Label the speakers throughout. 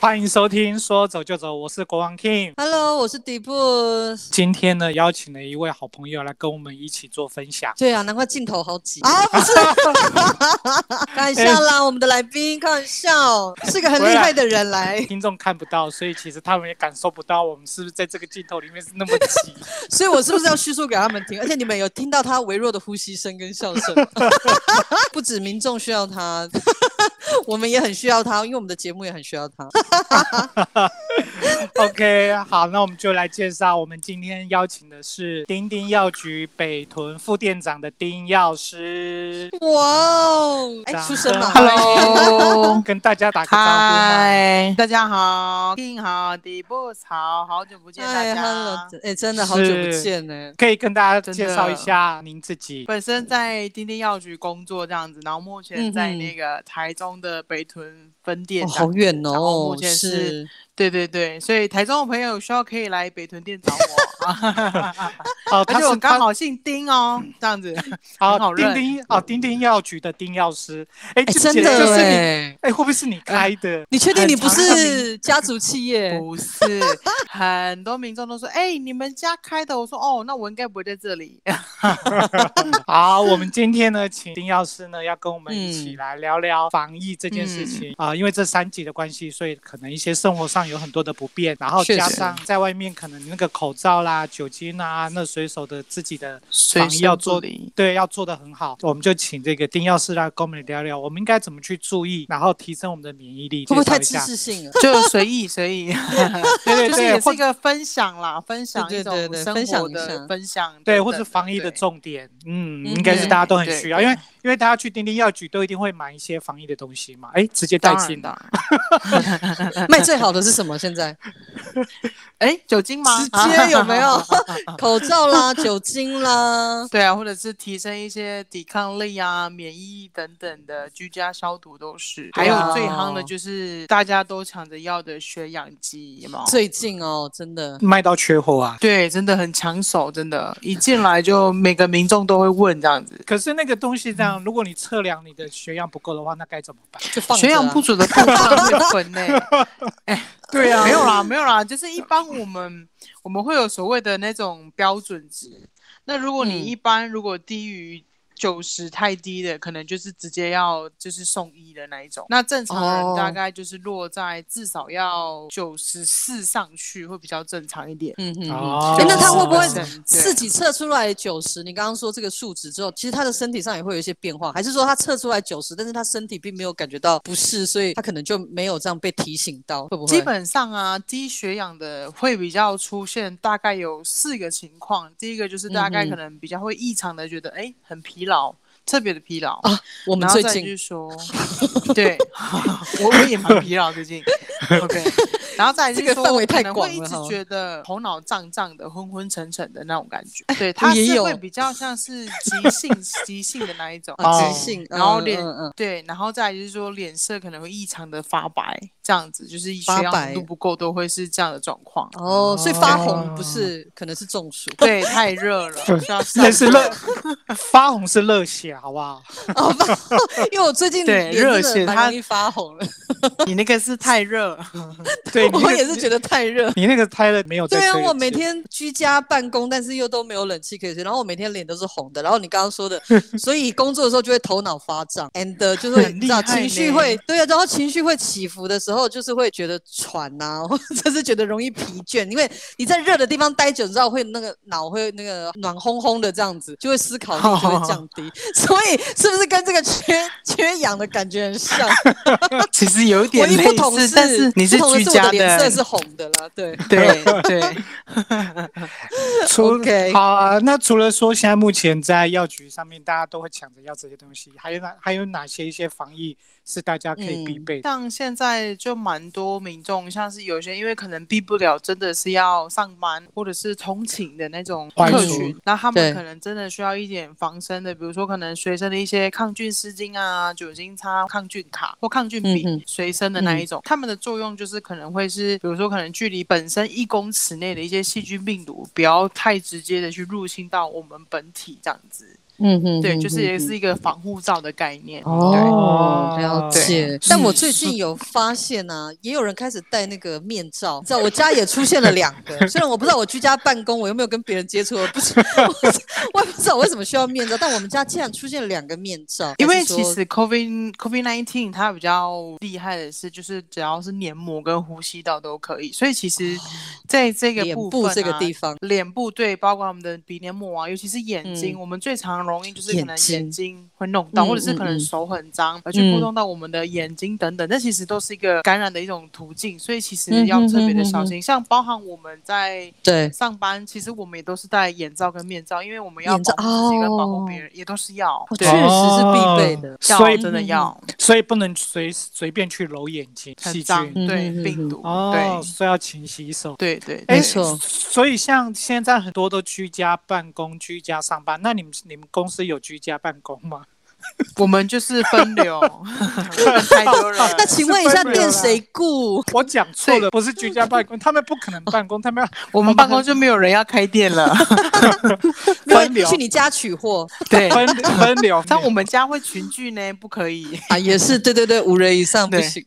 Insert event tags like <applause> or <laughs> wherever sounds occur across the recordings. Speaker 1: 欢迎收听《说走就走》，我是国王 King。
Speaker 2: Hello，我是底部。
Speaker 1: 今天呢，邀请了一位好朋友来跟我们一起做分享。
Speaker 2: 对啊，难怪镜头好挤哎啊！不 <laughs> 是，开玩笑啦，我们的来宾开玩笑，是个很厉害的人
Speaker 3: 哎
Speaker 2: 来，
Speaker 1: 听众看不到，所以其实他们也感受不到我们是不是在这个镜头里面是那么
Speaker 3: <laughs>
Speaker 1: 挤。
Speaker 2: 所以我是不是要叙述给他们听？而且你们有听到他微弱的呼吸声跟笑 <laughs> 声，不止民众需要他，我们也很需要他，因为我们的节目也很需要他。
Speaker 1: OK，好，那我们就来介绍，我们今天邀请的是丁丁药局北屯副店长的丁药师。
Speaker 2: 哇哦，哎，出声
Speaker 1: <laughs>
Speaker 2: 了
Speaker 3: Hello，
Speaker 1: 跟大家打个招呼嘛。
Speaker 3: 嗨，大家好，King 好，The Boss 好，好久不见大
Speaker 2: 哎
Speaker 3: 家。
Speaker 2: ，Hello，哎，真的好久不
Speaker 1: 是
Speaker 2: 见呢。
Speaker 1: 可以跟大家
Speaker 3: 真的
Speaker 1: 介绍一下您自己。
Speaker 3: 本身在丁丁药局工作这样子，然后目前在那个台中的北屯分店
Speaker 2: 哦，
Speaker 3: 这样、
Speaker 2: 好远
Speaker 3: 然后
Speaker 2: 哦
Speaker 3: 目，前是
Speaker 2: 是。
Speaker 3: 对对对，所以台中的朋友有需要可以来北屯店找我，
Speaker 1: 哦，
Speaker 3: 而
Speaker 1: 他
Speaker 3: 且我
Speaker 1: 是
Speaker 3: 刚好姓丁哦，这样子。
Speaker 1: 好
Speaker 3: 很好
Speaker 1: 丁
Speaker 3: 认
Speaker 1: 丁哦，丁丁药局的丁药师。哎，
Speaker 2: 哎，
Speaker 1: 这
Speaker 2: 真
Speaker 1: 简直就
Speaker 2: 的
Speaker 1: 是你。
Speaker 2: 哎，
Speaker 1: 哎，会不会是你开的？ <laughs>
Speaker 2: 你确定
Speaker 3: 很
Speaker 2: 你不
Speaker 3: 常看
Speaker 2: 是家族企业？
Speaker 3: 不是，很多民众都说，哎、你们家开的，我说哦，那我应该不会在这里。
Speaker 1: 好，我们今天呢，请丁药师呢，要跟我们一起
Speaker 2: 嗯
Speaker 1: 来聊聊防疫这件事情啊、因为这三级的关系，所以可能一些生活上有很多的不便，然后
Speaker 2: 确
Speaker 1: 加
Speaker 2: 实
Speaker 1: 上在外面可能那个口罩啦、酒精啊，那随手的自己的
Speaker 3: 随
Speaker 1: 防疫要
Speaker 3: 身
Speaker 1: 做
Speaker 3: 不离。
Speaker 1: 对，要做得很好，我们就请这个丁药师来跟我们聊聊，我们应该怎么去注意，然后提升我们的免疫力。
Speaker 2: 会不会
Speaker 1: 介绍
Speaker 2: 太
Speaker 1: 一
Speaker 2: 知
Speaker 1: 下？
Speaker 2: 识性啊了？
Speaker 3: 就随意随意，
Speaker 1: 对对
Speaker 3: 就是
Speaker 1: 对，
Speaker 3: 也
Speaker 1: 或
Speaker 3: 是一个分享啦，分享
Speaker 2: 对
Speaker 3: 一种
Speaker 2: 对对
Speaker 3: 生
Speaker 2: 分享
Speaker 3: 活
Speaker 2: 一下
Speaker 3: 的分享等等的，
Speaker 1: 对，或是防疫的
Speaker 3: 对
Speaker 1: 重点，嗯，
Speaker 2: 嗯
Speaker 1: 应该是
Speaker 2: 对
Speaker 1: 大家都很需要，因为
Speaker 3: 对
Speaker 1: 因为大家去丁丁药局都一定会买一些防疫的东西嘛，哎，直接带
Speaker 3: 当
Speaker 1: 进
Speaker 3: 然
Speaker 1: 来。
Speaker 3: 当然，
Speaker 2: <laughs> 卖最好的是什么？现
Speaker 3: <laughs>
Speaker 2: 在
Speaker 3: 哎，酒精吗？
Speaker 2: 直
Speaker 3: 啊 <laughs>
Speaker 2: 接有没有口罩啦、酒精啦？
Speaker 3: 对啊，或者是提升一些抵抗力啊、免疫等等的居家消毒都是。还有最夯的就是大家都抢着要的血氧机，有没有？
Speaker 2: 最近哦，真的
Speaker 1: 卖到缺货啊。
Speaker 3: 对，真的很抢手，真的，一进来就每个民众都会问这样子。
Speaker 1: 可是那个东西这
Speaker 2: 嗯
Speaker 1: 样，如果你测量你的血氧不够的话，那该怎么办？
Speaker 2: 就放
Speaker 3: 血
Speaker 2: 着
Speaker 3: 氧
Speaker 2: 啊
Speaker 3: 不足的部分会分呢、
Speaker 1: 对
Speaker 3: 没有啦，没有啦，就是一般我们我们会有所谓的那种标准值。那如果你
Speaker 2: 嗯
Speaker 3: 一般如果低于九十太低的，可能就是直接要就是送医的那一种。那正常
Speaker 2: 哦
Speaker 3: 人大概就是落在至少要九十四上去会比较正常一点。
Speaker 2: 嗯哼哼。
Speaker 1: 哦
Speaker 2: 诶那他会不会
Speaker 3: 对
Speaker 2: 自己测出来九十？你刚刚说这个数值之后，其实他的身体上也会有一些变化，还是说他测出来九十，但是他身体并没有感觉到不适，所以他可能就没有这样被提醒到，会不会？
Speaker 3: 基本上啊，低血氧的会比较出现，大概有四个情况。第一个就是大
Speaker 2: 嗯
Speaker 3: 概
Speaker 2: 哼
Speaker 3: 可能比较会异常的觉得，哎、很疲劳，特别的疲劳。
Speaker 2: 我们
Speaker 3: 然
Speaker 2: 哦
Speaker 3: 后
Speaker 2: 最
Speaker 3: 再
Speaker 2: 近
Speaker 3: 就是说，
Speaker 2: <laughs>
Speaker 3: 对，我我也蛮疲劳最近。OK，
Speaker 2: <laughs>
Speaker 3: 然后再来就
Speaker 2: 这个
Speaker 3: 是说
Speaker 2: 范围太
Speaker 3: 可能
Speaker 2: 广
Speaker 3: 会一
Speaker 2: 了哦
Speaker 3: 直
Speaker 2: 哈
Speaker 3: 觉得头脑胀胀的、昏昏沉沉的那种感觉。对，它
Speaker 2: 哎也
Speaker 3: 是
Speaker 2: 有
Speaker 3: 会比较像是
Speaker 2: <laughs>
Speaker 3: 急性急性的那一种。
Speaker 2: 啊，
Speaker 1: 哦
Speaker 2: 急性，
Speaker 3: 然后
Speaker 2: 嗯
Speaker 3: 脸
Speaker 2: 嗯嗯
Speaker 3: 对，然后再来就是说脸色可能会异常的发白，这样子就是血
Speaker 2: 发
Speaker 3: 氧
Speaker 2: 白
Speaker 3: 浓度不够都会是这样的状况。啊
Speaker 2: 哦，所以发红
Speaker 1: 哦
Speaker 2: 不是可能是中暑
Speaker 3: 对，太热了，需要
Speaker 1: 那是
Speaker 3: 散
Speaker 1: 热，发红是热血，好不好？
Speaker 2: 哦，发红，因为我最近
Speaker 3: 对
Speaker 2: 脸真的
Speaker 3: 热血
Speaker 2: 蛮
Speaker 3: 它
Speaker 2: 容易发红了，
Speaker 3: 热你那个是太热，
Speaker 2: <laughs>
Speaker 1: 对，你那
Speaker 2: 我
Speaker 1: 个
Speaker 2: 也是觉得太热。
Speaker 1: 你那个拍了没有在
Speaker 2: 对
Speaker 1: 吹
Speaker 2: 啊，
Speaker 1: 冷气？
Speaker 2: 我每天居家办公，但是又都没有冷气可以吹，然后我每天脸都是红的。然后你刚刚说的，所以工作的时候就会头脑发胀，and 就是会
Speaker 3: 很
Speaker 2: 你知道
Speaker 3: 厉害
Speaker 2: 情绪
Speaker 3: 呢
Speaker 2: 会对啊，然后情绪会起伏的时候，就是会觉得喘呐、或者是觉得容易疲倦，因为你在热的地方待久，你知道会那个脑会那个暖烘烘的这样子，就会思考力就会降低。所以是不是跟这个缺缺氧的感觉很像？
Speaker 3: 其实有一点
Speaker 2: 唯一
Speaker 3: 类
Speaker 2: 不同
Speaker 3: 似，但是你
Speaker 2: 不同
Speaker 3: 居
Speaker 2: 的是我
Speaker 3: 家
Speaker 2: 的脸色是红的啦，对。
Speaker 3: 对 <laughs> 对。
Speaker 1: 除
Speaker 2: OK
Speaker 1: 好啊，那除了说现在目前在药局上面大家都会抢着要这些东西，还有哪还有哪些一些防疫是大家可以必
Speaker 2: 嗯
Speaker 1: 备的？
Speaker 3: 像现在就蛮多民众，像是有些因为可能避不了，真的是要上班或者是通勤的那种
Speaker 1: 外
Speaker 3: 客
Speaker 1: 出
Speaker 3: 群，那他
Speaker 2: 对
Speaker 3: 们可能真的需要一点防身的，比如说可能随身的一些抗菌湿巾啊、酒精擦、抗菌卡或抗菌
Speaker 2: 嗯哼
Speaker 3: 笔随身的那一种，它们的作用就是可能会是，比如说可能距离本身一公尺内的一些细菌病毒，不要太直接的去入侵到我们本体这样子。
Speaker 2: 嗯哼
Speaker 3: 对，就是也是一个防护罩的概念。对
Speaker 2: 哦，
Speaker 1: 对
Speaker 2: 了了解。但我最近有发现啊，也有人开始戴那个面罩，你知道我家也出现了两个。虽然我不知道我居家办公，我又没有跟别人接触，我不是我也不知道为什么需要面罩，但我们家竟然出现了两个面罩。
Speaker 3: 因为
Speaker 2: 还是
Speaker 3: 其
Speaker 2: 说
Speaker 3: 实 COVID COVID nineteen 它比较厉害的是，就是只要是黏膜跟呼吸道都可以，所以其实在这个
Speaker 2: 哦脸
Speaker 3: 部
Speaker 2: 部
Speaker 3: 分、啊、
Speaker 2: 这个地方，
Speaker 3: 脸部对，包括我们的鼻黏膜啊，尤其是眼睛，
Speaker 2: 嗯
Speaker 3: 我们最常容易就是可
Speaker 2: 眼
Speaker 3: 能
Speaker 2: 睛
Speaker 3: 眼睛会弄到，
Speaker 2: 嗯
Speaker 3: 或者是可
Speaker 2: 嗯
Speaker 3: 能
Speaker 2: 嗯
Speaker 3: 手很脏而去
Speaker 2: 嗯
Speaker 3: 触动到我们的眼睛等等，这其实都是一个感染的一种途径，所以其
Speaker 2: 嗯
Speaker 3: 实要特别
Speaker 2: 嗯嗯
Speaker 3: 的
Speaker 2: 嗯
Speaker 3: 小心。像包含我们在
Speaker 2: 对，
Speaker 3: 上班，其实我们也都是戴眼罩跟面罩，因为我们要
Speaker 2: 眼罩
Speaker 3: 保护自己跟保
Speaker 2: 哦
Speaker 3: 护别人，也都是要
Speaker 2: 我确
Speaker 3: 对
Speaker 2: 实是必备
Speaker 1: 哦
Speaker 2: 的。
Speaker 3: 要
Speaker 1: 所以
Speaker 3: 真的
Speaker 2: 嗯嗯
Speaker 3: 要。
Speaker 1: 所以不能随随便去揉眼睛，细
Speaker 3: 很脏，
Speaker 1: 菌
Speaker 2: 嗯
Speaker 3: 对
Speaker 2: 嗯嗯
Speaker 3: 病毒，
Speaker 1: 哦，所以要勤洗手。
Speaker 3: 对对对，
Speaker 1: 哎
Speaker 2: 没错
Speaker 1: 所以像现在很多都居家办公、居家上班，那你们你们公司有居家办公吗？
Speaker 3: 我们就是分流，不能太多人。
Speaker 2: 那请问一
Speaker 1: 是
Speaker 2: 下，
Speaker 1: 分流
Speaker 2: 店
Speaker 1: 啦
Speaker 2: 谁雇？
Speaker 1: 我讲错了，
Speaker 3: 对
Speaker 1: 不是居家
Speaker 2: <laughs>
Speaker 1: 办公，他们不可能办公，他们要
Speaker 3: 我们办公就没有人要开店了，
Speaker 2: 没
Speaker 1: 分流
Speaker 2: 有去你家取货
Speaker 3: <laughs> 对。
Speaker 1: 分分
Speaker 2: <laughs>
Speaker 1: 流。
Speaker 3: 但我们家会群聚呢，不可以。
Speaker 2: 啊？也是，对对对，五人以上不
Speaker 3: 对
Speaker 2: 行。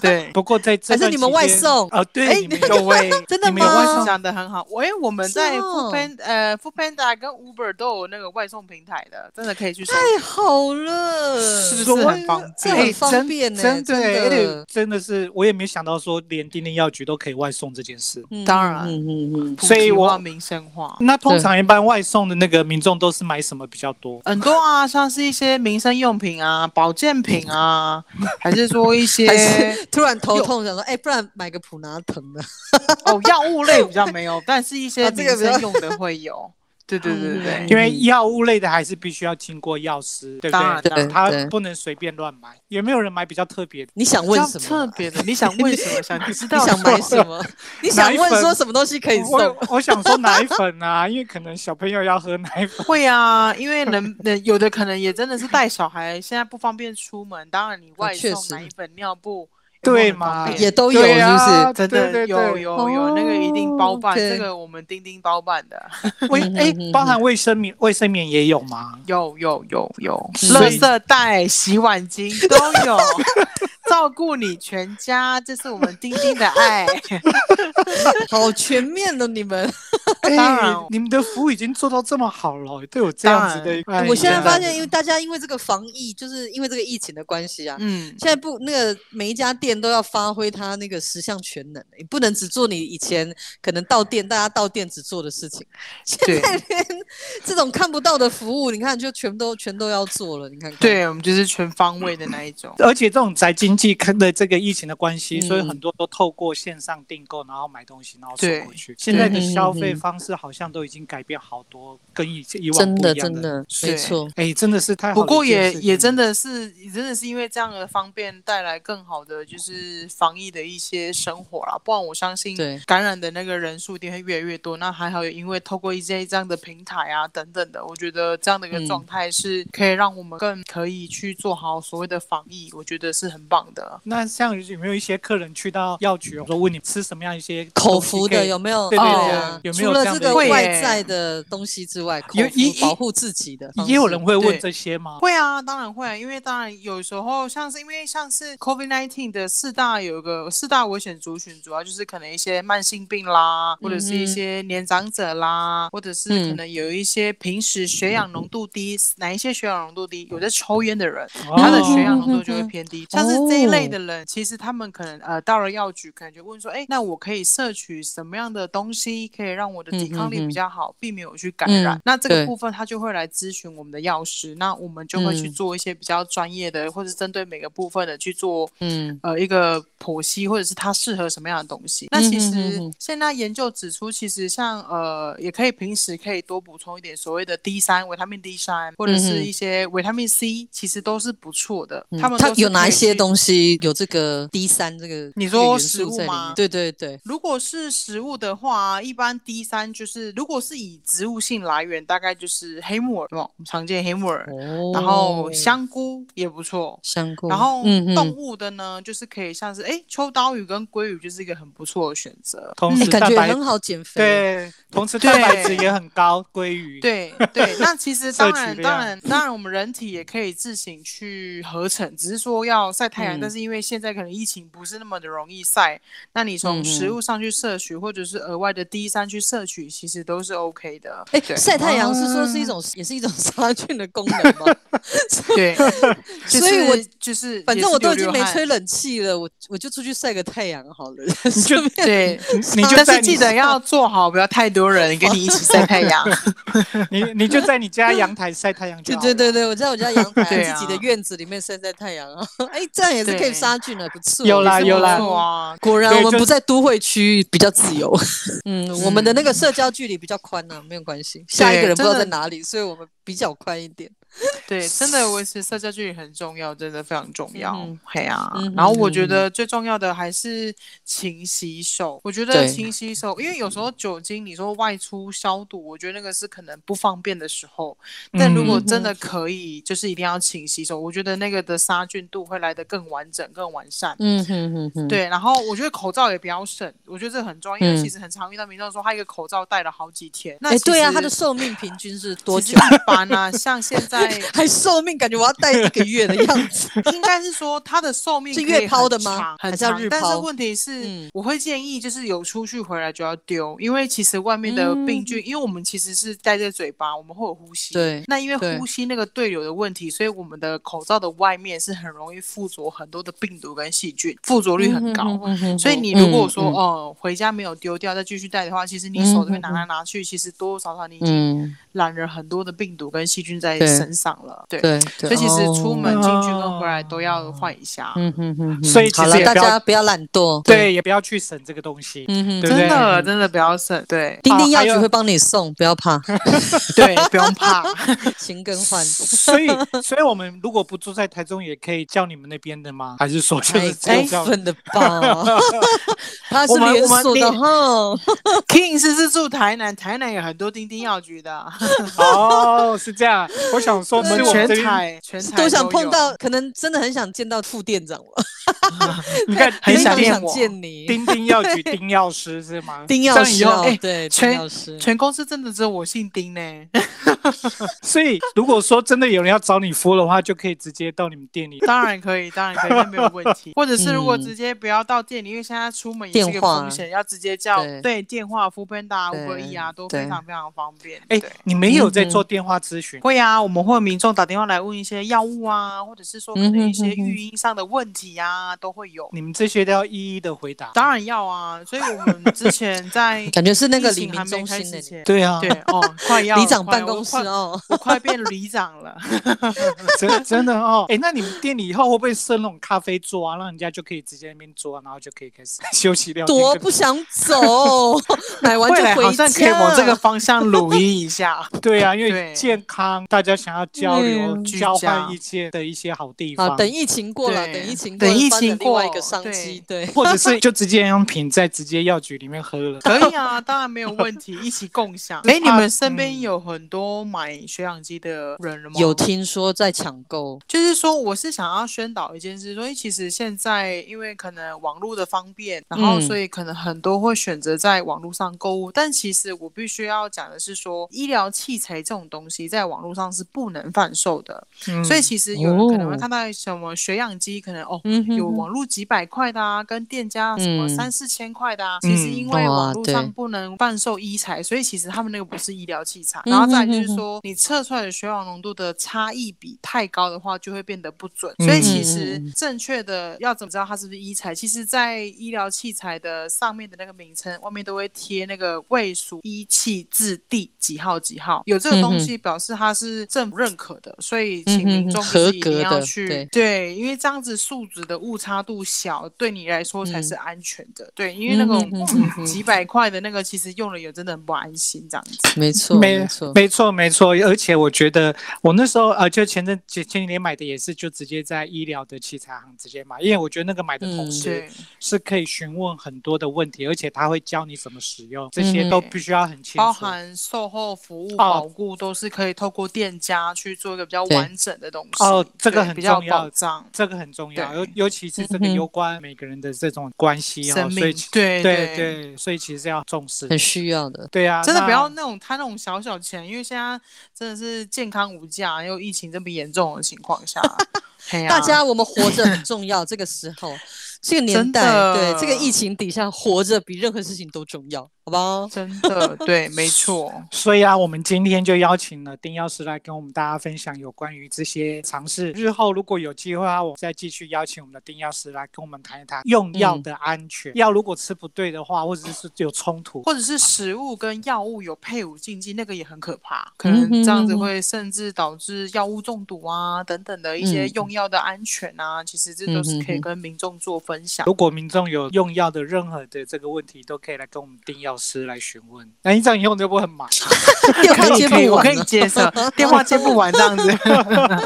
Speaker 3: 对，
Speaker 1: 不过在这
Speaker 2: 还是
Speaker 1: 段
Speaker 2: 你们
Speaker 1: 期间
Speaker 2: 外送
Speaker 1: 哦，对，你们
Speaker 3: 有
Speaker 1: 有
Speaker 3: 喂，
Speaker 2: <laughs> 真的
Speaker 1: 你们有
Speaker 2: 吗
Speaker 1: 外
Speaker 3: 你
Speaker 1: 送
Speaker 3: 讲的很好。我因为我们在
Speaker 2: 是哦
Speaker 3: f o o Panda 呃 f o o Panda 跟 Uber 都有那个外送平台的，真的可以去搜。
Speaker 2: 太好了，
Speaker 3: 是不是很方便
Speaker 2: 这很
Speaker 1: 哎
Speaker 2: 方
Speaker 1: 真
Speaker 2: 便呢、
Speaker 1: 真
Speaker 2: 真
Speaker 1: 哎
Speaker 2: 的。
Speaker 1: 真的是，我也没想到说连丁丁药局都可以外送这件事。
Speaker 2: 嗯
Speaker 3: 当然
Speaker 2: 嗯嗯嗯，
Speaker 1: 所以我
Speaker 3: 普及化民生化。
Speaker 1: 那通常一般外送的那个民众都是买什么比较多？
Speaker 3: 很多啊，像是一些民生用品啊、保健品
Speaker 2: <laughs>
Speaker 3: 啊，还是说一些
Speaker 2: 还是突然头痛，想说，哎、不然买个普拿疼的。
Speaker 3: 哦，药物类比较
Speaker 2: <laughs>
Speaker 3: 没有，但是一些
Speaker 2: 啊这
Speaker 3: 民
Speaker 2: 个比较
Speaker 3: 生用的会有。对对
Speaker 2: <laughs>
Speaker 3: 对对对
Speaker 2: 嗯
Speaker 1: 因为药物类的还是必须要经过药师，对不
Speaker 3: 当然
Speaker 1: 对？
Speaker 3: 当然
Speaker 1: 他
Speaker 2: 对
Speaker 1: 不能随便乱买。有没有人买比较特别的？
Speaker 2: 你想
Speaker 3: 比
Speaker 2: 问
Speaker 3: 较
Speaker 2: 什
Speaker 3: 特
Speaker 2: 么？
Speaker 3: 别的，你想问什么？想
Speaker 2: <laughs>
Speaker 3: 知
Speaker 2: 你
Speaker 3: 道
Speaker 2: 想
Speaker 3: 什么
Speaker 2: 买什么？你想问说什么东西可以送
Speaker 1: 我？我想说奶粉啊，因为可能小朋友要喝奶
Speaker 2: <laughs>
Speaker 1: 粉。
Speaker 3: <laughs> 会啊，因为人人 <laughs> 有的可能也真的是带小孩，现在不方便出门，当然你外
Speaker 2: 哦确
Speaker 3: 送
Speaker 2: 实
Speaker 3: 奶粉、尿布，
Speaker 1: 对
Speaker 3: 有没有很
Speaker 1: 嘛
Speaker 3: 方便
Speaker 2: 也都有，是
Speaker 1: 对
Speaker 2: 不
Speaker 1: 啊
Speaker 2: 是？
Speaker 3: 真
Speaker 1: 对
Speaker 3: 的
Speaker 1: 对
Speaker 3: 有
Speaker 1: 对
Speaker 3: 有有那个一定包
Speaker 2: 哦
Speaker 3: 办，
Speaker 2: ，OK
Speaker 3: 这个我们钉钉包办的，
Speaker 1: 卫
Speaker 2: 嗯
Speaker 1: 哎
Speaker 2: 嗯嗯，
Speaker 1: 包含卫生棉，卫生棉也有吗？
Speaker 3: 有有有有，
Speaker 2: 所
Speaker 3: 垃
Speaker 1: 以
Speaker 3: 圾袋、洗碗巾都有， <laughs> 照顾你全家，这是我们钉钉的爱。
Speaker 2: 好全面的你们。
Speaker 1: 哎
Speaker 3: 当然
Speaker 1: 你们的服务已经做到这么好了，对我这样子的。哎
Speaker 2: 我现在
Speaker 1: 真的
Speaker 2: 发现，因为大家因为这个防疫，就是因为这个疫情的关系啊，
Speaker 3: 嗯，
Speaker 2: 现在不那个每一家店都要发挥它那个十项全能，你不能只做你以前可能到店大家到店只做的事情，
Speaker 3: 对。
Speaker 2: 这种看不到的服务，你看就全都全都要做了，你看看。
Speaker 3: 对，我们就是全方位的那一种。
Speaker 1: 而且这种宅经济看的这个疫情的关系，
Speaker 2: 嗯
Speaker 1: 所以很多都透过线上订购，然后买东西，然后送
Speaker 3: 对
Speaker 1: 回去。现在的
Speaker 2: 嗯
Speaker 1: 消
Speaker 2: 嗯
Speaker 1: 费
Speaker 2: 嗯
Speaker 1: 方式好像都已经改变好多，跟以前以往
Speaker 2: 真
Speaker 1: 不
Speaker 2: 的
Speaker 1: 一样
Speaker 2: 真的没
Speaker 3: 对
Speaker 2: 错，
Speaker 1: 哎，真的是太好
Speaker 3: 不
Speaker 1: 了
Speaker 3: 过
Speaker 1: 一件
Speaker 3: 也
Speaker 1: 事情
Speaker 3: 也真的是，也真的是因为这样的方便带来更好的就是防疫的一些生活啦。不然我相信
Speaker 2: 对
Speaker 3: 感染的那个人数一定会越来越多。那还好，因为透过一些这样的平台啊等等的，我觉得这样的一
Speaker 2: 嗯
Speaker 3: 个状态是可以让我们更可以去做好所谓的防疫，我觉得是很棒的。
Speaker 1: 那像有没有一些客人去到药局，我说问你吃什么样一些
Speaker 2: 口服的有
Speaker 1: 没
Speaker 2: 没有？
Speaker 1: 对
Speaker 3: 对对
Speaker 2: 啊
Speaker 1: 有没
Speaker 2: 除
Speaker 1: 有
Speaker 2: 了
Speaker 1: 这样
Speaker 2: 这
Speaker 1: 的
Speaker 2: 个
Speaker 3: 会
Speaker 2: 外
Speaker 3: 耶
Speaker 2: 在的东西之外，口
Speaker 1: 有
Speaker 2: 服
Speaker 1: 一一
Speaker 2: 保护自己的方式，
Speaker 1: 也有人会问
Speaker 3: 对
Speaker 1: 这些吗？
Speaker 3: 会啊，当然会啊，因为当然有时候像是因为像是 COVID nineteen 的四大有一个四大危险族群，主要就是可能一些慢性病啦，或者是一些年长者啦，或者是可能有一些平时血氧浓度低，哪一些血氧浓度低，有的抽烟的人，
Speaker 1: 哦
Speaker 3: 他的血氧浓度
Speaker 2: <laughs>
Speaker 3: 就会偏低。像是这一类
Speaker 2: 哦
Speaker 3: 的人，其实他们可能呃到了药局，可能就问说，哎，那我可以摄取什么样的东西可以让我的抵抗力比较好，避免我去感染？
Speaker 2: 嗯
Speaker 3: 那这个
Speaker 2: 对
Speaker 3: 部分他就会来咨询我们的药师，那我们就会去
Speaker 2: 嗯
Speaker 3: 做一些比较专业的，或者针对每个部分的去做
Speaker 2: 嗯，
Speaker 3: 呃一个剖析，或者是它适合什么样的东西。那其
Speaker 2: 嗯哼
Speaker 3: 实
Speaker 2: 哼哼
Speaker 3: 现在研究指出，其实像呃，也可以平时可以多补充一点所谓的 D 三维他命 D 三，或者
Speaker 2: 嗯哼
Speaker 3: 是一些维他命 C，其实都是不错的。
Speaker 2: 嗯
Speaker 3: 他们
Speaker 2: 它
Speaker 3: 都是
Speaker 2: 有哪
Speaker 3: 可
Speaker 2: 一
Speaker 3: 以
Speaker 2: 些
Speaker 3: 去
Speaker 2: 东西有这个 D 三这个
Speaker 3: 你
Speaker 2: 这个
Speaker 3: 说
Speaker 2: 元
Speaker 3: 食
Speaker 2: 素
Speaker 3: 物
Speaker 2: 在里面
Speaker 3: 吗
Speaker 2: 对对对，
Speaker 3: 如果是食物的话，一般 D 3单就是如果是以植物性来源，大概就是黑木耳，对吧我们常见黑木耳，
Speaker 2: 哦
Speaker 3: 然后香菇也不错。
Speaker 2: 香菇，
Speaker 3: 然后
Speaker 2: 嗯
Speaker 3: 动
Speaker 2: 嗯，
Speaker 3: 物的呢，就是可以像是哎，秋刀鱼跟鲑鱼就是一个很不错的选择。
Speaker 1: 同
Speaker 2: 嗯
Speaker 1: 时
Speaker 2: 感
Speaker 1: 蛋
Speaker 2: 觉
Speaker 1: 白
Speaker 2: 很好减肥。
Speaker 1: 对，同时蛋白质也很高，鲑
Speaker 2: <laughs>
Speaker 1: 鱼。
Speaker 3: 对对，那其实当
Speaker 1: 摄取
Speaker 3: 然
Speaker 1: 量
Speaker 3: 当然当然，我们人体也可以自行去合成，只是说要晒太阳，
Speaker 2: 嗯
Speaker 3: 但是因为现在可能疫情不是那么的容易晒，那你
Speaker 2: 嗯嗯
Speaker 3: 从食物上去摄取，或者是额外的 D 三去摄取，其实都是 OK
Speaker 2: <laughs>
Speaker 3: 的。
Speaker 2: 哎，
Speaker 3: 对
Speaker 2: 晒太阳是说是一种，也是一种 <laughs> 杀菌的功能吗？ <laughs>
Speaker 3: 对，
Speaker 2: 所以我
Speaker 3: 就是就是，
Speaker 2: 反正我都已经没吹
Speaker 3: 了。
Speaker 2: 冷气了，我我就出去晒个太阳好
Speaker 3: <laughs>
Speaker 2: 了。
Speaker 1: 就
Speaker 3: 对，
Speaker 2: <laughs>
Speaker 3: 嗯
Speaker 1: 你就
Speaker 3: 但
Speaker 1: 在
Speaker 3: 是
Speaker 1: 你
Speaker 3: 记得要做好，不要太多人跟你一起晒太
Speaker 2: <laughs>
Speaker 3: 阳。
Speaker 1: 你你就在你家阳台晒太阳就
Speaker 2: 对
Speaker 1: 好
Speaker 2: 对
Speaker 1: 了。
Speaker 2: 对对，我在我家阳台、
Speaker 3: 对啊
Speaker 2: 自己的院子里面晒晒太阳啊， <laughs> 哎，这样也是可以
Speaker 3: 对
Speaker 2: 杀菌的，不错。
Speaker 1: 有啦
Speaker 2: 也是
Speaker 1: 有啦
Speaker 2: 不错
Speaker 3: 做啊，
Speaker 2: 果然
Speaker 1: 对
Speaker 2: 我们
Speaker 1: 就
Speaker 2: 不在都会区，比较自
Speaker 3: <laughs>
Speaker 2: 由。嗯，我们的那个社交距离比较宽呐、没有关系。下一个人不知道在哪里，所以我们比较宽一点。
Speaker 3: 对，真的维持社交距离很重要，真的非常重要
Speaker 2: 嗯。
Speaker 3: 嘿啊
Speaker 2: 嗯哼，
Speaker 3: 然后我觉
Speaker 2: 嗯
Speaker 3: 得最重要的还是勤洗手。我觉得
Speaker 2: 对
Speaker 3: 勤洗手，因为有时候酒精，你说外出消毒，我觉得那个是可能不方便的时候。但如果
Speaker 2: 嗯
Speaker 3: 真的可以，就是一定要勤洗手。我觉得那个的杀菌度会来得更完整、更完善。
Speaker 2: 嗯哼哼哼，
Speaker 3: 对，然后我觉得口罩也不要省，我觉得这很重要，因
Speaker 2: 嗯
Speaker 3: 为其实很常遇到民众说他一个口罩戴了好几天。那
Speaker 2: 哎，
Speaker 3: 其
Speaker 2: 对啊，
Speaker 3: 实
Speaker 2: 他的寿命平均是多
Speaker 3: 其
Speaker 2: 久
Speaker 3: 实？一般啊，像现在
Speaker 2: 还寿命，感觉我要戴一个月的样
Speaker 3: <laughs>
Speaker 2: 子。
Speaker 3: 应该是说它的寿命
Speaker 2: 是
Speaker 3: 可
Speaker 2: 月
Speaker 3: 以
Speaker 2: 抛
Speaker 3: 很
Speaker 2: 的吗
Speaker 3: 长
Speaker 2: 还
Speaker 3: 很
Speaker 2: 是要
Speaker 3: 长
Speaker 2: 日
Speaker 3: 但是
Speaker 2: 抛
Speaker 3: 问题是，
Speaker 2: 嗯
Speaker 3: 我会建议就是有出去回来就要丢，因为其实外面的病菌，因为我们其实是戴在嘴巴，我们会有呼
Speaker 2: 嗯
Speaker 3: 吸。
Speaker 2: 对
Speaker 3: 那因
Speaker 2: 对
Speaker 3: 为呼吸那个对流的问题，所以我们的口罩的外面是很容易附着很多的病毒跟细菌，附着率
Speaker 2: 嗯
Speaker 3: 很高。所以你如果说、哦回家没有丢掉，再继续戴的话，其实你手这边拿来拿去，其实多多少少你已经
Speaker 2: 嗯，
Speaker 3: 染了很多的病毒跟细菌在
Speaker 2: 对
Speaker 3: 身上了。对，
Speaker 2: 对，
Speaker 3: 所以其实出门
Speaker 1: 哦
Speaker 3: 进去跟回来都要换一下。
Speaker 2: 嗯哼哼，
Speaker 1: 所以其
Speaker 2: 好
Speaker 1: 实
Speaker 2: 了，
Speaker 1: 也
Speaker 2: 大
Speaker 1: 不要
Speaker 2: 家不要懒惰。，
Speaker 1: 对，也不要去省这个东西。
Speaker 2: 嗯哼，
Speaker 1: 对
Speaker 3: 真的，
Speaker 1: 嗯
Speaker 3: 真的不要省，对
Speaker 2: 丁丁
Speaker 1: 啊
Speaker 2: 药
Speaker 1: 还有
Speaker 2: 局会帮你送，不要怕，
Speaker 3: <laughs> 对，不用怕。
Speaker 2: 勤更换。
Speaker 1: 所以，所以我们如果不住在台中，也可以叫你们那边的吗？还是说就
Speaker 2: 太
Speaker 1: 是只有
Speaker 2: 过
Speaker 1: 叫？
Speaker 2: 分了
Speaker 3: <laughs>
Speaker 2: 吧？他是
Speaker 3: 哎我们
Speaker 2: 连
Speaker 3: 我们
Speaker 2: 锁的
Speaker 3: 连
Speaker 2: 哈，
Speaker 3: <laughs> King 是是住台南，台南有很多丁丁药局的，
Speaker 1: 哦，是这样。我想说，
Speaker 3: <laughs> 我
Speaker 1: 是
Speaker 3: 们
Speaker 1: 我们
Speaker 3: 全
Speaker 1: 这边，
Speaker 3: 台全台
Speaker 2: 都想碰
Speaker 3: 哎有。
Speaker 2: 到，可能真的很想见到副店长了，
Speaker 1: 你看，
Speaker 3: 很
Speaker 1: 丁
Speaker 2: 非 <laughs> 常
Speaker 3: 想
Speaker 1: 丁
Speaker 3: 念
Speaker 2: 想
Speaker 3: 我
Speaker 2: 见你。
Speaker 1: 丁丁药局 <laughs> 丁药师是吗？
Speaker 2: 丁药师哦
Speaker 3: 这样以后哎，
Speaker 2: 对，丁
Speaker 3: 全
Speaker 2: 药师，
Speaker 3: 全公司真的只有我姓丁呢， <laughs>
Speaker 1: 所以，如果说真的有人要找你服务的话，就可以直接到你们店里。
Speaker 3: 当然可以，当然可以，那没有问
Speaker 2: <laughs>
Speaker 3: 题。或者是如果
Speaker 2: 嗯
Speaker 3: 直接不要到店里，因为现在出门也是一
Speaker 2: 电
Speaker 3: 个
Speaker 2: 话
Speaker 3: 风险，要直接叫
Speaker 2: 对
Speaker 3: 对电话、f o o p a n d a
Speaker 2: 对
Speaker 3: Uber E 啊，都
Speaker 2: 对
Speaker 3: 非常非常方便。
Speaker 1: 哎
Speaker 3: 对，
Speaker 1: 你们也有在做电话咨询？
Speaker 3: 会啊，我们会有民众打电话来问一些药物啊，或者是说可能一些
Speaker 2: 嗯哼哼哼
Speaker 3: 育婴上的问题啊，都会有。
Speaker 1: 你们这些都要一一的回答。
Speaker 3: 当然要啊，所以我们之前在
Speaker 2: <laughs> 感觉是那个李
Speaker 3: 疫情还
Speaker 2: 明
Speaker 3: 没
Speaker 2: 中
Speaker 3: 开
Speaker 2: 心
Speaker 3: 始
Speaker 2: 的
Speaker 3: 之
Speaker 2: 你
Speaker 3: 前，
Speaker 1: 对啊，
Speaker 3: 对哦，快
Speaker 2: <laughs>
Speaker 3: 要
Speaker 2: 里
Speaker 3: 了
Speaker 2: 长
Speaker 3: 快
Speaker 2: 办
Speaker 3: 要
Speaker 2: 公室
Speaker 3: 我快 <laughs>
Speaker 2: 哦，
Speaker 3: 我快变里长了。
Speaker 1: <laughs> 真真的哦。哎，那你们店里以后会不会设那种咖啡桌啊，让人家就可以直接在那边坐，然后就可以开始休息聊天？
Speaker 2: 多不想走，
Speaker 3: <laughs>
Speaker 2: 买 <laughs> 完
Speaker 3: 未来
Speaker 2: 就
Speaker 3: 好
Speaker 2: 回
Speaker 3: 像
Speaker 2: 家。
Speaker 3: 可以往这个方向努力一下。
Speaker 2: <laughs>
Speaker 1: 对啊，因为
Speaker 3: 对
Speaker 1: 健康，大家想要交流、
Speaker 2: 嗯
Speaker 1: 交
Speaker 3: 居家
Speaker 1: 换意见的一些好地
Speaker 2: 好，
Speaker 1: 方。
Speaker 2: 啊等疫情过了，
Speaker 3: 对
Speaker 2: 等疫情过
Speaker 3: 等
Speaker 2: 了，
Speaker 3: 疫
Speaker 2: 发展
Speaker 3: 情
Speaker 2: 另外一
Speaker 3: 过
Speaker 2: 个商
Speaker 3: 对
Speaker 2: 机，对。
Speaker 1: 或者是就直接用瓶在直接药局里面喝了。
Speaker 3: 可以啊，当然没有问题，一起共
Speaker 2: <laughs>
Speaker 3: 享。哎，你们身边有很多买血氧机的人了吗？
Speaker 2: 嗯有听说在抢购，
Speaker 3: 就是说，我是想要宣导一件事，说，诶其实现在因为可能网络的方便，然后
Speaker 2: 嗯
Speaker 3: 所以可能很多会选择在网络上购物。但其实我必须要讲的是说，医疗器材这种东西在网络上是不能贩售的。
Speaker 1: 嗯
Speaker 3: <laughs> 所以其实有人可能
Speaker 2: 哦
Speaker 3: 会看到什么血氧机，可能哦。
Speaker 2: 嗯哼
Speaker 3: 有网络几百块的啊，跟店家什么
Speaker 2: 嗯
Speaker 3: 三四千块的啊，其实因为
Speaker 2: 哇
Speaker 3: 网络上
Speaker 2: 对
Speaker 3: 不能贩售医材，所以其实他们那个不是医疗器材。
Speaker 2: 嗯
Speaker 3: 然后再来就是说，你测出来的血氧浓度的差异比太高的话，就会变得不准。所以其实
Speaker 2: 嗯嗯嗯
Speaker 3: 正确的要怎么知道它是不是医材？其实，在医疗器材的上面的那个名称外面都会贴那个卫属医器字第几号几号，有这个
Speaker 2: 嗯
Speaker 3: 东
Speaker 2: 哼
Speaker 3: 西表示它是政府认可的，所以
Speaker 2: 嗯
Speaker 3: 请
Speaker 2: 哼
Speaker 3: 民
Speaker 2: 哼
Speaker 3: 众
Speaker 2: 合
Speaker 3: 就是一
Speaker 2: 格
Speaker 3: 定要
Speaker 2: 的
Speaker 3: 去
Speaker 2: 对
Speaker 3: 对，因为这样子数值的误差度小，对你来说
Speaker 1: 嗯
Speaker 3: 才是安全的。对，因
Speaker 2: 因
Speaker 3: 为那种几百块的那个，其实用了也真的很不安心这样子。
Speaker 2: 没错，没错，
Speaker 1: 没错，没错。而且我觉得我那时候呃，就前阵前前几年买的也是，就直接在医疗的器材行直接买，因为我觉得那个买的同
Speaker 2: 嗯
Speaker 1: 时
Speaker 3: 对，
Speaker 1: 是可以询问很多的问题，而且他会教你怎么使用，这
Speaker 2: 嗯
Speaker 1: 些都必须要很清
Speaker 3: 包
Speaker 1: 楚。
Speaker 3: 含售后服
Speaker 1: 哦
Speaker 3: 务、保固都是可以透过店家去做一个比较
Speaker 2: 对
Speaker 3: 完整的东西。
Speaker 1: 哦这个
Speaker 3: 对
Speaker 1: 很
Speaker 3: 比较
Speaker 1: 重要
Speaker 3: 保障
Speaker 1: 这个很重要，
Speaker 3: 对
Speaker 1: 尤尤其是这个
Speaker 2: 嗯哼
Speaker 1: 有关每个人的这种关系哦，
Speaker 3: 生
Speaker 1: 所以
Speaker 3: 命
Speaker 1: 其。
Speaker 3: 对
Speaker 1: 对对，所以其实要重视。
Speaker 2: 很需要的。
Speaker 1: 对啊，
Speaker 3: 真的不
Speaker 1: 那
Speaker 3: 要那种贪那种小小钱，因为现在真的是健康无价，又疫情这么严重的情况
Speaker 1: <laughs>
Speaker 3: 下，嘿啊
Speaker 2: 大家我们活着很重要，这个时候，这
Speaker 3: <laughs>
Speaker 2: 个年
Speaker 3: 真
Speaker 2: 代，对
Speaker 3: 的
Speaker 2: 这个疫情底下，活着比任何事情都重要，好不好？
Speaker 3: 真的对，没错，
Speaker 1: 所以啊，我们今天就邀请了丁药师来跟我们大家分享有关于这些尝试。日后如果有机会啊，我再继续邀请我们的丁药师来跟我们谈一谈用药的安全。药如果吃不对的话，或者是有冲突，
Speaker 3: 或者是食物跟药物有配伍禁忌，那个也很可怕，可
Speaker 2: 嗯
Speaker 3: 能
Speaker 2: 哼
Speaker 3: 这样子
Speaker 2: 嗯哼
Speaker 3: 会甚至导致药物中毒啊等等的一些
Speaker 2: 嗯
Speaker 3: 用药的安全啊，其实这都是可以跟民众做分享。
Speaker 1: 如果民众有用药的任何的这个问题，都可以来跟我们丁药师来询问。那你这样以后你就不会很忙？
Speaker 2: 电
Speaker 3: 可
Speaker 2: 话
Speaker 3: 以
Speaker 2: 接
Speaker 3: 可以，
Speaker 2: 不
Speaker 3: 我可
Speaker 2: 完
Speaker 1: 啊
Speaker 3: 以
Speaker 2: 了，<laughs>
Speaker 3: 接受，电话接不完这样子， <laughs>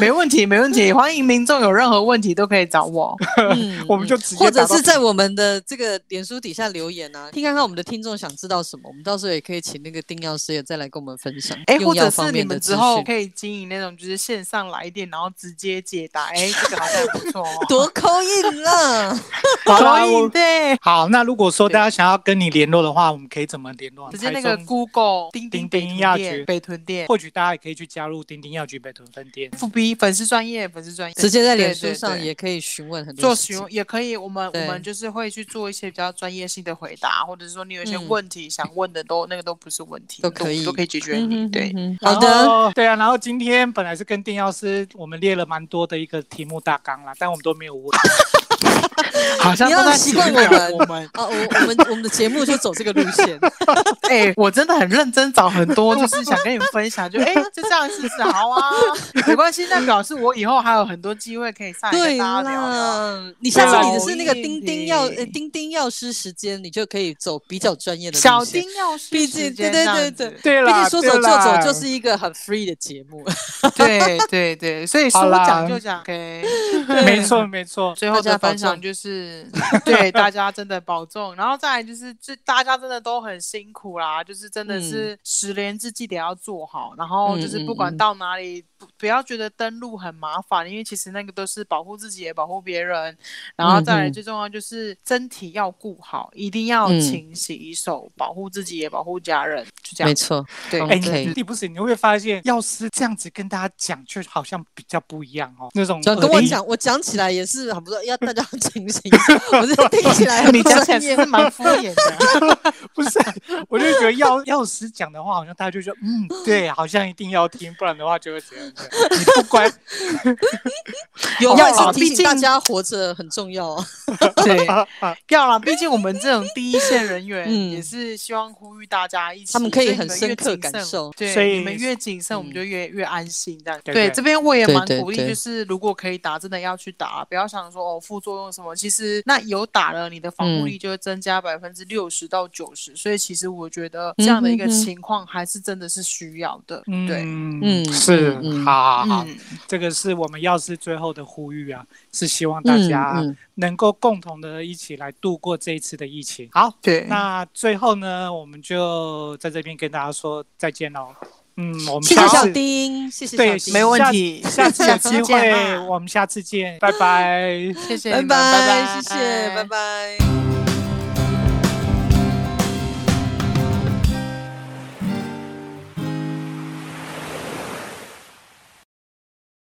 Speaker 3: 没问题，没问题，欢迎民众有任何问题都可以找我。
Speaker 2: <laughs> 嗯
Speaker 1: 我们就直接
Speaker 2: 或者
Speaker 1: 打到
Speaker 2: 是在我们的这个脸书底下留言啊，听看看我们的听众想知道什么，我们到时候也可以请那个丁药师也再来跟我们分享
Speaker 3: 哎，或
Speaker 2: 用
Speaker 3: 者
Speaker 2: 药
Speaker 3: 是
Speaker 2: 方
Speaker 3: 你
Speaker 2: 面的
Speaker 3: 们
Speaker 2: 资
Speaker 3: 之后
Speaker 2: 讯。
Speaker 3: 可以经营那种就是线上来电，然后直接解答，哎，
Speaker 2: <laughs>
Speaker 3: 这个好像不错哦。
Speaker 2: 多扣印
Speaker 3: <laughs>
Speaker 2: 啊！
Speaker 1: 好啦 <laughs>
Speaker 3: 可以
Speaker 1: 我
Speaker 3: 对，
Speaker 1: 好，那如果说
Speaker 3: 对
Speaker 1: 大家想要跟你联络的话，我们可以怎么联络？
Speaker 3: 直接那
Speaker 1: 台
Speaker 3: 个
Speaker 1: 中
Speaker 3: Google 钉钉
Speaker 1: 钉
Speaker 3: 北
Speaker 1: 钉
Speaker 3: 屯
Speaker 1: 药
Speaker 3: 店
Speaker 1: 局
Speaker 3: 北屯店
Speaker 1: 或许大家也可以去加入丁丁药局北屯分店。
Speaker 3: ，FB 粉丝专业粉丝专业，
Speaker 2: 直接在脸
Speaker 3: 对
Speaker 2: 书
Speaker 3: 对
Speaker 2: 上
Speaker 3: 对
Speaker 2: 也可以询问很多
Speaker 3: 做
Speaker 2: 事
Speaker 3: 使
Speaker 2: 情
Speaker 3: 用也可以，我们我
Speaker 2: 对
Speaker 3: 们就是会去做一些比较专业性的回答，或者是说你有一些
Speaker 2: 嗯
Speaker 3: 问题想问的都那个都不是问题，
Speaker 2: 都
Speaker 3: 都
Speaker 2: 可以
Speaker 3: 都可以解决
Speaker 2: 嗯
Speaker 3: 你。
Speaker 2: 哼
Speaker 3: 对，
Speaker 2: 嗯哼好
Speaker 1: 然
Speaker 2: 的，
Speaker 1: 后，对啊，然后今天本来是跟丁药师我们列了蛮多的一个题目大纲啦，但我们都没有问。
Speaker 3: 好像
Speaker 2: 你要
Speaker 3: 都在
Speaker 2: 习惯
Speaker 3: 闲
Speaker 2: 我
Speaker 3: 聊
Speaker 2: 们
Speaker 3: 我们。
Speaker 2: 啊，我我们我们的节目就走这个路线，
Speaker 3: <laughs> 哎、我真的很认真找很
Speaker 2: <laughs>
Speaker 3: 多，就是想跟你们分享，就哎、就这样试试，好啊，没关系，那表示我以后还有很多机会可以上来
Speaker 2: 对
Speaker 3: 跟大家聊聊。
Speaker 2: 啦，你下次你的是那个
Speaker 3: 对
Speaker 2: 钉钉药呃
Speaker 3: 对
Speaker 2: 钉钉药师时间，你就可以走比较专业的路
Speaker 3: 小
Speaker 2: 线
Speaker 3: 丁。要是
Speaker 2: 毕
Speaker 3: 时
Speaker 2: 竟对
Speaker 3: 间
Speaker 2: 对
Speaker 3: 这样
Speaker 2: 对
Speaker 3: 子
Speaker 1: 对
Speaker 2: 毕
Speaker 1: 啦，
Speaker 2: 竟说走
Speaker 1: 对
Speaker 2: 就
Speaker 1: 啦
Speaker 2: 走就是一个很 free 的节目，
Speaker 3: 对对对，所以
Speaker 1: 好
Speaker 3: 说
Speaker 1: 啦
Speaker 3: 讲就讲。OK，
Speaker 1: 没错没错。
Speaker 3: 最后
Speaker 2: 大家
Speaker 3: 的
Speaker 2: 保
Speaker 3: 分享
Speaker 2: 重
Speaker 3: 就是
Speaker 2: <laughs>
Speaker 3: 对大家真的保重，然后再来就是这大家真的都很辛苦啦，就是真的是十连制记得要做好，然后就是
Speaker 2: 嗯
Speaker 3: 不
Speaker 2: 嗯嗯
Speaker 3: 管
Speaker 2: 嗯
Speaker 3: 到哪里不不要觉得登录很麻烦，因为其实那个都是保护自己也保护别人，然后
Speaker 2: 嗯
Speaker 3: 再来
Speaker 2: 哼
Speaker 3: 最重要就是身体要顾好，一定要
Speaker 2: 嗯
Speaker 3: 勤洗手，保护自己也保护家人，就这
Speaker 2: 没
Speaker 3: 样。
Speaker 2: 错， <laughs>
Speaker 3: 对，
Speaker 1: 哎，
Speaker 2: OK
Speaker 1: 你不是你会不会发现药师这样子跟大家讲，就好像比较不一样哦，那种
Speaker 2: 只要跟我
Speaker 1: 耳音
Speaker 2: 讲，我讲起来也是很不错，要大家 <laughs> 很清醒，我
Speaker 3: <laughs>
Speaker 2: 是听起来很
Speaker 3: 哎你
Speaker 2: 不
Speaker 3: 讲起来
Speaker 2: 专
Speaker 3: 是
Speaker 2: 业
Speaker 3: 不。是蛮敷衍的。
Speaker 1: 不是，我就觉得药药师讲的话，好像大家就觉得嗯，对，好像一定要听，不然的话就会怎样怎样。你不
Speaker 2: <laughs>
Speaker 1: 乖，
Speaker 2: 有
Speaker 3: 要
Speaker 2: 我也
Speaker 3: 啦
Speaker 2: 是提
Speaker 3: 毕
Speaker 2: 醒大
Speaker 3: 竟
Speaker 2: 家活着很重要哦。 <laughs>
Speaker 3: 对
Speaker 1: 啊啊
Speaker 3: 要啦，毕竟我们这种第一线人员
Speaker 2: 嗯
Speaker 3: 也是希望呼吁大家一起，
Speaker 2: 他们可以
Speaker 3: 所你
Speaker 2: 很
Speaker 3: 们
Speaker 2: 深
Speaker 3: 越
Speaker 2: 刻
Speaker 3: 谨
Speaker 2: 感
Speaker 3: 慎
Speaker 2: 受
Speaker 3: 对，
Speaker 1: 所以
Speaker 3: 你们越谨慎，我们
Speaker 2: 嗯
Speaker 3: 就越越安心这样。
Speaker 1: 对
Speaker 3: 对，
Speaker 1: 对
Speaker 3: 这边我也
Speaker 2: 对
Speaker 3: 蛮
Speaker 2: 对
Speaker 3: 鼓励，
Speaker 2: 对
Speaker 3: 就是如果可以打，真的要去打，不要想说哦副作用什么，其实那有打了，你的防
Speaker 2: 嗯
Speaker 3: 护力就会增加百分之六十到九十，所以其实我觉得这样的一个
Speaker 2: 嗯哼哼
Speaker 3: 情况还是真的是需要的。对，
Speaker 1: 嗯
Speaker 2: 嗯
Speaker 1: 是
Speaker 2: 嗯，嗯
Speaker 1: 好好好，
Speaker 3: 嗯，
Speaker 1: 这个是我们药师最后的呼吁啊，是希望大家、
Speaker 2: 嗯嗯
Speaker 1: 能够共同的一起来度过这一次的疫情。好，
Speaker 3: 对，
Speaker 2: 嗯
Speaker 1: 那最后呢，我们就在这边跟大家说再见喽。嗯，我们
Speaker 2: 谢
Speaker 1: 下
Speaker 2: 谢小
Speaker 1: 次
Speaker 2: 丁，谢谢小
Speaker 1: 对
Speaker 2: 丁，
Speaker 3: 没问题，
Speaker 1: 下次有
Speaker 3: 次
Speaker 1: 机
Speaker 3: 见
Speaker 1: 会，
Speaker 3: 啦
Speaker 1: 我们下次见，拜拜。
Speaker 3: 谢谢你
Speaker 2: 拜
Speaker 3: 们，拜哎
Speaker 2: 拜，谢谢，拜拜。